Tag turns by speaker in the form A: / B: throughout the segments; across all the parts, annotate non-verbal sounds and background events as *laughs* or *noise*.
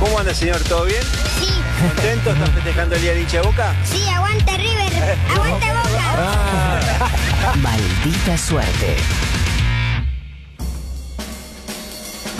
A: ¿Cómo anda, señor? ¿Todo bien?
B: Sí,
A: ¿Contento? ¿Estás festejando el día de hincha de boca?
B: sí, aguante River, aguante Boca.
C: Maldita suerte.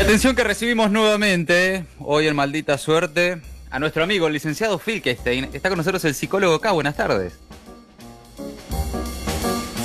D: Atención que recibimos nuevamente, hoy en Maldita Suerte, a nuestro amigo, el licenciado Filkestein. Está con nosotros el psicólogo K. Buenas tardes.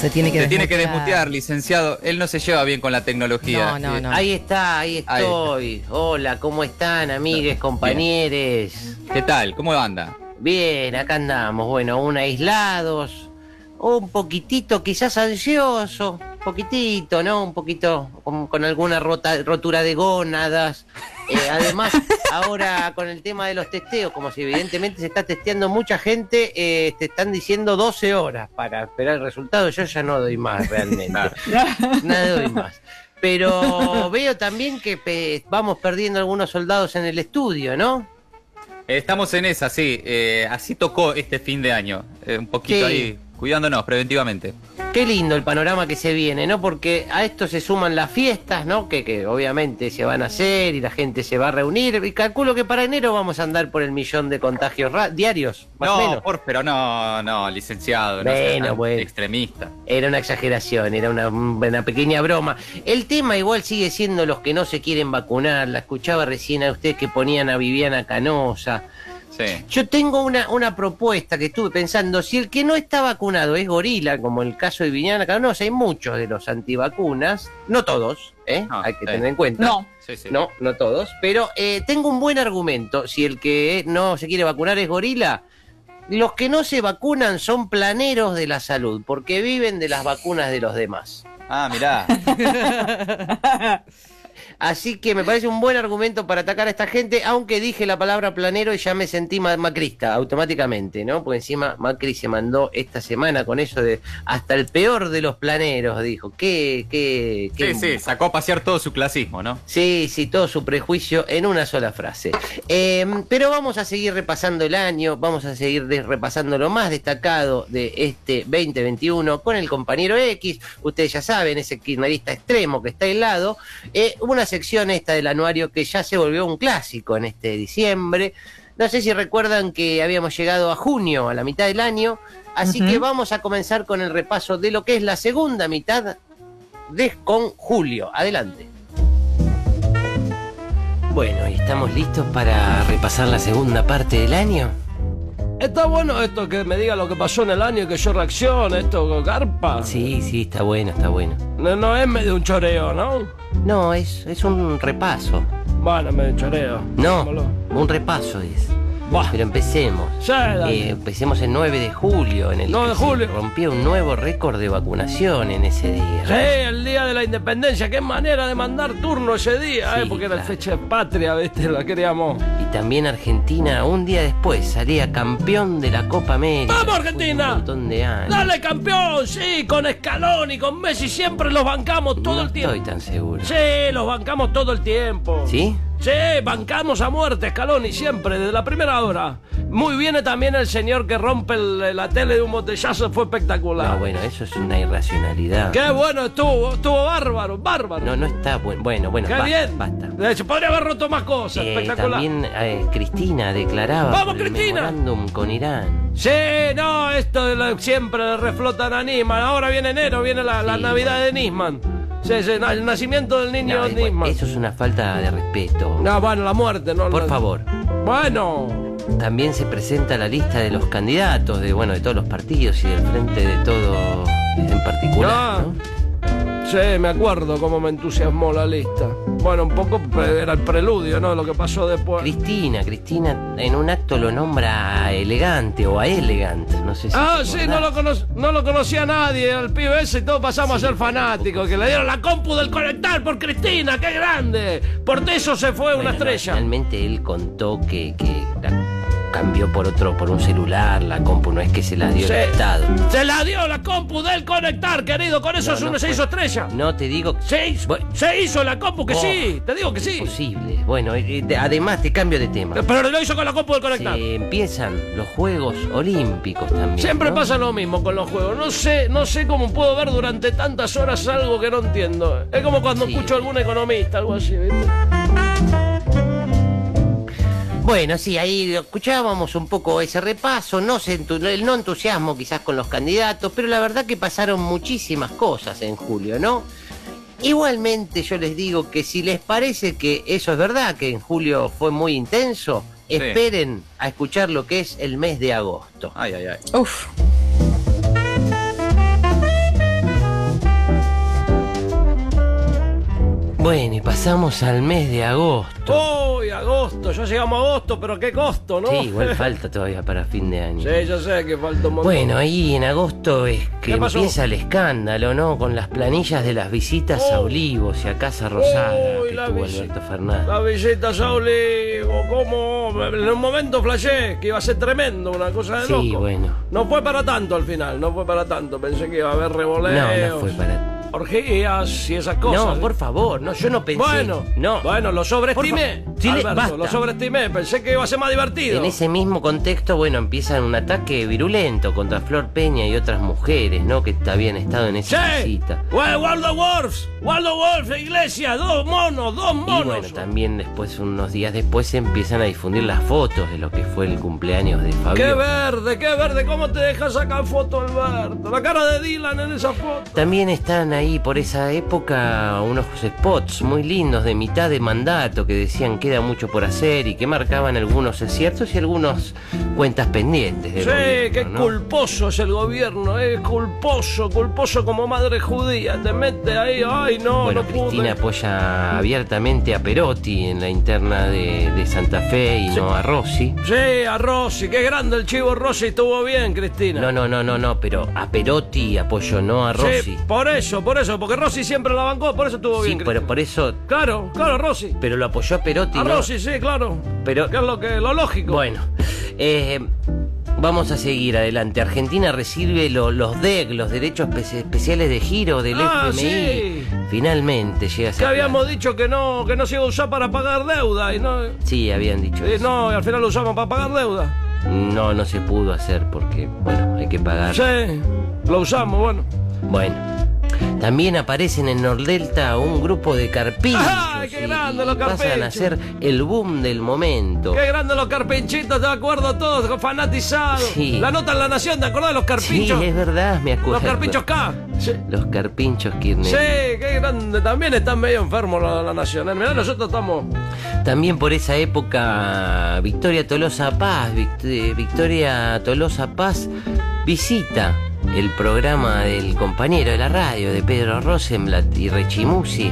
E: Se tiene que
D: Te tiene que
E: desmutear.
D: desmutear, licenciado. Él no se lleva bien con la tecnología.
E: No, no,
D: Eh,
E: no.
F: Ahí está, ahí
D: Ahí está.
F: estoy. Hola, ¿cómo están, amigues, compañeros?
D: ¿Qué tal? ¿Cómo anda?
F: Bien, acá andamos. Bueno, un aislados, un poquitito quizás ansioso, poquitito, ¿no? Un poquito con, con alguna rota- rotura de gónadas. Eh, además, ahora con el tema de los testeos, como si evidentemente se está testeando mucha gente, eh, te están diciendo 12 horas para esperar el resultado. Yo ya no doy más realmente. *laughs* Nada doy más. Pero veo también que pe- vamos perdiendo algunos soldados en el estudio, ¿no?
D: Eh, Estamos en esa, sí. Eh, así tocó este fin de año. Eh, un poquito
F: Sí.
D: ahí, cuidándonos preventivamente.
F: Qué lindo el panorama que se viene, ¿no? Porque a esto se suman las fiestas, ¿no? Que, que obviamente se van a hacer y la gente se va a reunir. Y calculo que para enero vamos a andar por el millón de contagios ra- diarios, más o
D: no,
F: menos.
D: por- pero no, no, licenciado. no
F: Bueno,
D: sea tan
F: bueno.
D: Extremista.
F: Era una exageración, era una, una pequeña broma. El tema igual sigue siendo los que no se quieren vacunar. La escuchaba recién a ustedes que ponían a Viviana Canosa.
D: Sí.
F: Yo tengo una, una propuesta que estuve pensando. Si el que no está vacunado es gorila, como el caso de Viviana Canosa, hay muchos de los antivacunas, no todos, ¿eh?
D: No,
F: hay que
D: Ah, sí.
F: tener en cuenta.
G: No.
D: Sí, sí.
F: No, no todos. Pero eh, tengo un buen argumento. Si el que no se quiere vacunar es gorila, los que no se vacunan son planeros de la salud, porque viven de las vacunas de los demás.
D: Ah, mirá.
F: Así que me parece un buen argumento para atacar a esta gente, aunque dije la palabra planero y ya me sentí ma- macrista automáticamente, ¿no? Porque encima Macri se mandó esta semana con eso de hasta el peor de los planeros, dijo. ¿Qué, qué, *laughs* qué?
D: Sí, sí, sacó a pasear todo su clasismo, ¿no?
F: Sí, sí, todo su prejuicio en una sola frase. Eh, pero vamos a seguir repasando el año, vamos a seguir de- repasando lo más destacado de este 2021 con el compañero X, ustedes ya saben, ese kirchnerista extremo que está aislado, eh, una sección esta del anuario que ya se volvió un clásico en este diciembre. No sé si recuerdan que habíamos llegado a junio, a la mitad del año, así
G: Ujú.
F: que vamos a comenzar con el repaso de lo que es la segunda mitad de con Julio. Adelante. Bueno, ¿y estamos listos para repasar la segunda parte del año?
H: Está bueno esto que me diga lo que pasó en el año y que yo reaccione, esto garpa.
F: Sí, sí, está bueno, está bueno.
H: No, no es medio un choreo, ¿no?
F: No, es, es un repaso.
H: Bueno, medio choreo.
F: No,
H: Vámonos.
F: un repaso es.
H: Bah.
F: Pero empecemos.
H: Sí, dale.
F: Eh, empecemos el 9 de julio, en el
H: 9
F: que
H: de
F: se
H: julio.
F: rompió un nuevo récord de vacunación en ese día.
H: Sí, el día de la independencia, qué manera de mandar turno ese día,
F: Sí,
H: eh, porque era
F: claro.
H: fecha de patria, viste, la queríamos.
F: Y también Argentina, un día después, salía campeón de la Copa América. Después
H: ¡Vamos,
F: de
H: Argentina!
F: Un montón de años.
H: ¡Dale campeón! Sí, con Escalón y con Messi siempre los bancamos todo
F: no
H: el
F: estoy
H: tiempo.
F: tan seguro.
H: Sí, los bancamos todo el tiempo.
F: ¿Sí?
H: Sí, bancamos a muerte, Scaloni, siempre, desde la primera hora. Muy bien eh, también el señor que rompe el- eh, la tele de un botellazo, fue espectacular.
F: No, bueno, eso es una irracionalidad.
H: Qué bueno estuvo, estuvo bárbaro, bárbaro.
F: No, no está bueno. Bueno, bueno,
H: Qué
F: basta,
H: bien.
F: basta.
H: Eh, Se podría haber roto más cosas,
F: Eh,
H: espectacular.
F: también eh, Cristina declaraba
H: ¡Vamos,
F: por el
H: Cristina!
F: memorándum con Irán.
H: Sí, no, esto de lo- siempre reflotan a Nisman. Ahora viene enero, viene la, la
F: Sí,
H: Navidad de Nisman. Sí, sí, na- el nacimiento del niño
F: No, eh, bueno,
H: Nisman.
F: eso es una falta de respeto.
H: No, bueno, la muerte, no.
F: Por
H: la-
F: favor.
H: Bueno,
F: También se presenta la lista de los candidatos de bueno de todos los partidos y del frente de todo en particular.
H: No. sí, me acuerdo cómo me entusiasmó la lista. Bueno, un poco pre- era el preludio, ¿no? Lo que pasó
F: ¿no?
H: después.
F: Cristina, Cristina en un acto lo nombra a elegante o a elegante, no sé si.
H: Ah,
F: te
H: sí,
F: acordás.
H: no lo, cono- no lo conocía nadie, el pibe ese, y todos pasamos a ser fanáticos. Que le dieron la compu del conectar por Cristina, qué grande. Por eso se fue una
F: Bueno, no,
H: estrella.
F: Realmente él contó que, que la cambió por otro, por un celular, la compu, no es que se la dio el
H: Sí.
F: Estado.
H: Se la dio la compu del conectar, querido, con eso
F: No,
H: es
F: no
H: una- se
F: fue.
H: hizo estrella.
F: No te digo que
H: Se hizo,
F: Bueno. Pues
H: se hizo la compu que
F: Oh,
H: sí, te digo que
F: es
H: sí.
F: posible. Bueno, eh, eh, de- además te cambio de tema.
H: Pero lo hizo con la compu del conectar.
F: Se empiezan los Juegos Olímpicos también.
H: Siempre
F: ¿no?
H: pasa lo mismo con los juegos. No sé, no sé cómo puedo ver durante tantas horas algo que no entiendo. Es como cuando
F: Sí.
H: escucho a algún economista, algo así, ¿viste?
F: Bueno, sí, ahí escuchábamos un poco ese repaso, no se entu- el no entusiasmo quizás con los candidatos, pero la verdad que pasaron muchísimas cosas en julio, ¿no? Igualmente yo les digo que si les parece que eso es verdad, que en julio fue muy intenso,
D: Sí.
F: esperen a escuchar lo que es el mes de agosto.
D: Ay, ay, ay.
E: Uf.
F: Bueno, y pasamos al mes de agosto.
H: Uy, agosto, ya llegamos a agosto, pero qué costo, Oh, ¿no?
F: Sí, igual falta todavía para fin de año.
H: Sí, yo sé que falta un montón.
F: Bueno, eh. ahí en agosto es que
H: ¿Qué pasó?
F: empieza el escándalo, ¿no? Con las planillas de las visitas a
H: Oh.
F: Olivos y a Casa Rosada
H: Uy,
F: que
H: la
F: tuvo
H: visi-
F: Alberto Fernández.
H: La visita a Olivo, ¿cómo? En un momento flashé que iba a ser tremendo, una cosa de
F: Sí,
H: loco.
F: bueno.
H: No fue para tanto al final, no fue para tanto. Pensé que iba a haber
F: No,
H: revoleos.
F: no fue para...
H: Orgías y esas cosas.
F: No, por favor, no, yo no pensé.
H: Bueno,
F: no.
H: bueno, lo sobreestimé.
F: Por fa- Sí, le-
H: Alberto,
F: basta.
H: lo sobreestimé. Pensé que iba a ser más divertido.
F: En ese mismo contexto, bueno, empiezan un ataque virulento contra Flor Peña y otras mujeres, ¿no? Que habían estado en
H: ¡Sí!
F: esa visita.
H: Wa- Waldo Wolfs, Waldo Wolfs, Iglesias, dos monos, dos monos.
F: Y bueno, también después, unos días después, se empiezan a difundir las fotos de lo que fue el cumpleaños de
H: Qué
F: Fabio.
H: verde, qué verde, ¿cómo te dejas sacar foto, Alberto? La cara de Dylan en esa foto.
F: También están ahí por esa época unos spots muy lindos de mitad de mandato que decían queda mucho por hacer y que marcaban algunos aciertos y algunos cuentas pendientes. del
H: Sí,
F: gobierno,
H: qué
F: ¿no?
H: culposo es el gobierno, eh, es culposo, culposo como madre judía. Te mete ahí, ay no,
F: Bueno,
H: no
F: Cristina
H: pude.
F: apoya abiertamente a Perotti en la interna de, de Santa Fe y no a Rossi.
H: Sí, a Rossi, qué grande el chivo Rossi, estuvo bien, Cristina.
F: No, no, no, no, no, pero a Perotti apoyo no a Rossi.
H: Sí, por eso, por eso, porque Rossi siempre la bancó, por eso estuvo
F: Sí,
H: bien.
F: pero
H: Cristina.
F: por eso.
H: Claro, claro, Rossi.
F: Pero lo apoyó a Perotti,
H: A
F: ¿no?
H: Rossi, sí, claro.
F: Pero-
H: Que es lo, que, lo lógico.
F: Bueno, eh, vamos a seguir adelante. Argentina recibe lo- los DEC, los derechos espe- especiales de giro del
H: Ah,
F: FMI.
H: sí.
F: Finalmente llega esa
H: que habíamos
F: plata.
H: dicho que no, que no se iba a usar para pagar deuda y no.
F: Sí, habían dicho.
H: y
F: eso.
H: no, y al final lo usamos para pagar deuda.
F: No, no se pudo hacer porque, bueno, hay que pagar.
H: Sí, lo usamos, bueno.
F: Bueno, también aparecen en Nordelta un grupo de carpinchos.
H: ¡Ay, qué
F: y-
H: grande
F: y
H: los
F: Pasan a
H: carpinchos!
F: ser el boom del momento.
H: Qué grandes los carpinchitos, te acuerdo todos, fanatizados.
F: Sí.
H: La nota en la nación, ¿te acordás de los
F: Sí,
H: carpinchos?
F: es verdad, me acuerdo.
H: los carpinchos K. Sí.
F: Los carpinchos Kirchner.
H: Sí, qué grande. También están medio enfermos la, la nación. ¿eh? Mirá, nosotros estamos.
F: También por esa época, Victoria Tolosa Paz, Vict- eh, Victoria Tolosa Paz visita el programa del compañero de la radio, de Pedro Rosenblatt y Rechimusi,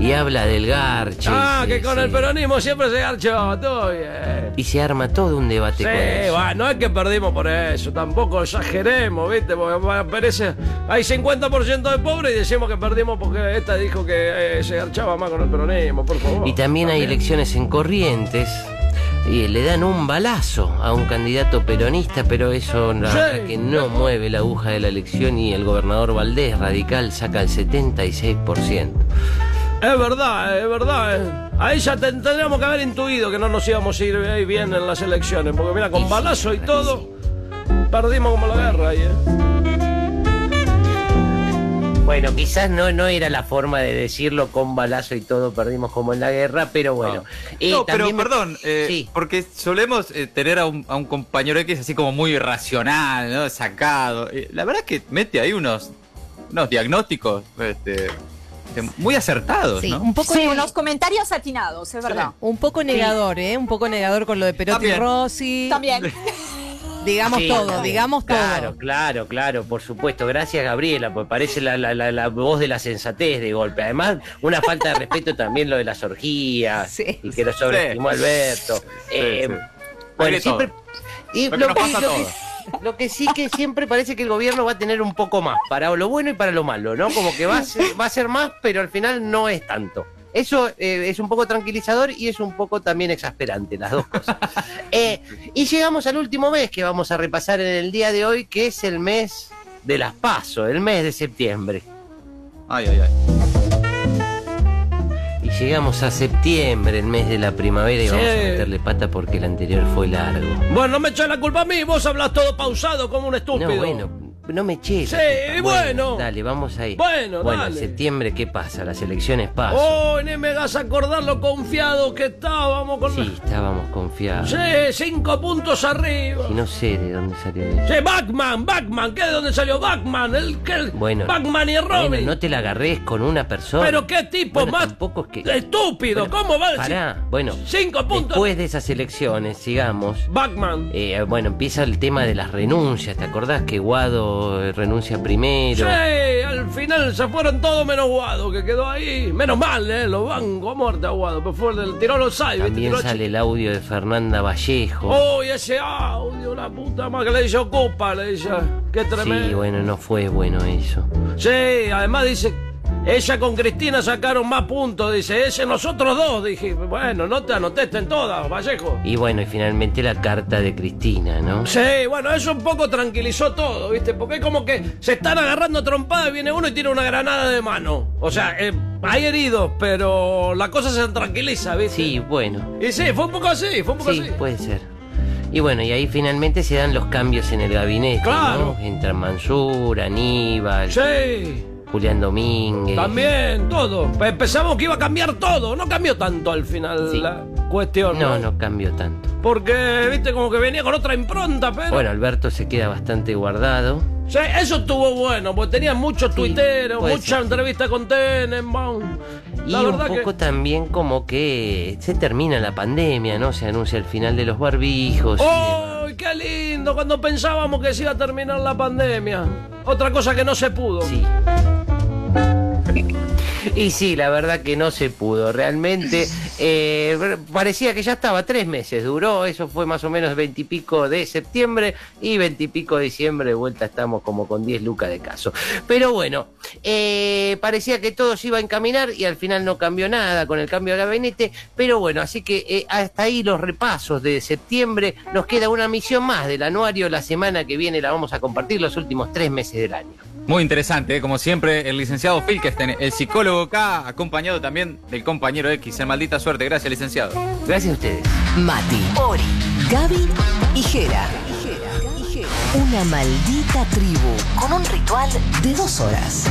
F: y habla del garche.
H: ah,
F: sí,
H: que con
F: sí.
H: el peronismo siempre se garchó, todo bien.
F: Y se arma todo un debate
H: Sí,
F: con pues eso.
H: va, no es que perdimos por eso, tampoco exageremos, ¿viste? Porque va, parece, hay 50% de pobres y decimos que perdimos porque esta dijo que eh, se garchaba más con el peronismo, por favor.
F: Y también hay elecciones en Corrientes. Y le dan un balazo a un candidato peronista, pero eso la
H: Sí.
F: verdad que no mueve la aguja de la elección y el gobernador Valdés Radical saca el 76%.
H: Es verdad, es verdad. eh. A ella ten- tendríamos que haber intuido que no nos íbamos a ir eh, bien en las elecciones, porque mira,
F: Y
H: con
F: sí,
H: balazo y
F: claro
H: todo, perdimos como la guerra ahí, ¿eh?
F: Bueno, quizás no, no era la forma de decirlo con balazo y todo, perdimos como en la guerra, pero bueno. Y
D: Ah. no, pero
F: también me-
D: perdón, eh,
F: sí.
D: porque solemos eh, tener a un, a un compañero X así como muy irracional, ¿no? sacado. Eh, la verdad es que mete ahí unos, unos diagnósticos este, eh, muy acertados,
E: Sí,
D: ¿no?
E: un poco
G: Sí,
E: ne-
G: unos comentarios atinados, es verdad.
E: un poco negador, ¿eh? Un poco negador con lo de Perotti y
D: También.
E: Rossi.
G: También.
E: Digamos
F: Sí,
E: todo,
F: también.
E: digamos
F: Claro,
E: todo.
F: claro, claro, por supuesto. Gracias, Gabriela, pues parece la, la- la- la voz de la sensatez de golpe. Además, una falta de respeto también lo de las orgías
E: *laughs* Sí.
F: y que lo sobreestimó
D: Sí.
F: Alberto. Eh,
D: sí. Hay
F: Bueno,
D: de
F: siempre. y
D: Lo que
F: lo
D: nos
F: que-
D: pasa a
F: lo que-
D: todos.
F: lo que sí que siempre parece que el gobierno va a tener un poco más, para lo bueno y para lo malo, ¿no? Como que va a ser, va a ser más, pero al final no es tanto. Eso eh, es un poco tranquilizador y es un poco también exasperante, las dos
D: *laughs*
F: cosas. Eh, y llegamos al último mes que vamos a repasar en el día de hoy, que es el mes de las PASO, el mes de septiembre.
D: Ay, ay, ay.
F: Y llegamos a septiembre, el mes de la primavera, y
H: Sí.
F: vamos a meterle pata porque el anterior fue largo.
H: Bueno, no me eches la culpa a mí, vos hablas todo pausado como un
F: No,
H: estúpido.
F: bueno, no me eché. la
H: Sí,
F: culpa.
H: bueno.
F: Dale, vamos ahí.
H: Bueno,
F: en
H: dale.
F: septiembre, ¿qué pasa? Las elecciones pasan.
H: Oh, ni me hagas acordar lo confiado que estábamos con
F: Sí, estábamos confiados.
H: Sí, cinco puntos arriba.
F: Y no sé de dónde salió eso.
H: Sí, Batman, Batman, ¿qué de dónde salió Batman? El que el
F: Bueno.
H: Batman y Robin.
F: Bueno, no te la agarres con una persona.
H: Pero qué tipo
F: Bueno,
H: más
F: Tampoco es que.
H: estúpido,
F: Bueno,
H: ¿cómo va a decir?
F: Pará, bueno.
H: Cinco puntos.
F: Después de esas elecciones, sigamos.
H: Batman.
F: Eh, bueno, empieza el tema de las renuncias. ¿Te acordás que Guado eh, renuncia primero?
H: Sí, al final se fueron todos menos Guado, que quedó ahí. Menos mal, ¿eh? Lo banco a muerte a Guado. Pero fue el del tiró los aires.
F: También sale el audio de Fernanda Vallejo.
H: ¡Oh, y ese audio, la puta madre! Que le dice ocupa, le dice. ¡Qué tremendo!
F: sí, bueno, no fue bueno eso.
H: Sí, además dice, ella con Cristina sacaron más puntos, dice, ese nosotros dos, dije, bueno, no te anotaste en todas, Vallejo.
F: Y bueno, y finalmente la carta de Cristina, ¿no?
H: Sí, bueno, eso un poco tranquilizó todo, ¿viste? Porque es como que se están agarrando trompadas y viene uno y tira una granada de mano. O sea, eh, hay heridos, pero la cosa se tranquiliza, ¿viste?
F: Sí, bueno.
H: Y sí, fue un poco así, fue un poco
F: Sí, pues.
H: así.
F: puede ser. Y bueno, y ahí finalmente se dan los cambios en el gabinete.
H: Claro.
F: ¿no? Entra Mansur, Aníbal,
H: Sí,
F: Julián Domínguez.
H: también, todo. Empezamos que iba a cambiar todo, no cambió tanto al final
F: Sí.
H: la cuestión.
F: No, no cambió tanto.
H: Porque, viste, como que venía con otra impronta, pero...
F: Bueno, Alberto se queda bastante guardado.
H: Sí, eso estuvo bueno, porque tenía muchos tuiteros,
F: puede
H: muchas
F: ser.
H: entrevistas con Tenenbaum.
F: Y
H: La
F: un
H: verdad
F: poco
H: que.
F: también como que se termina la pandemia, ¿no? Se anuncia el final de los barbijos.
H: ¡Oh!
F: y demás.
H: ¡Ay, qué lindo! Cuando pensábamos que se iba a terminar la pandemia. Otra cosa que no se pudo.
F: Sí. Y sí, la verdad que no se pudo. Realmente eh, parecía que ya estaba tres meses. Duró, eso fue más o menos veintipico de septiembre y veintipico de diciembre. De vuelta estamos como con 10 lucas de caso. Pero bueno, eh, parecía que todo se iba a encaminar y al final no cambió nada con el cambio de gabinete. Pero bueno, así que eh, hasta ahí los repasos de septiembre. Nos queda una misión más del anuario. La semana que viene la vamos a compartir los últimos tres meses del año.
D: Muy interesante, ¿eh? como siempre, el licenciado Filkesten, el psicólogo acá, acompañado también del compañero X, en maldita suerte. Gracias, licenciado.
F: Gracias a ustedes.
C: Mati, Ori, Gaby y Jera. Una maldita tribu con un ritual de dos horas.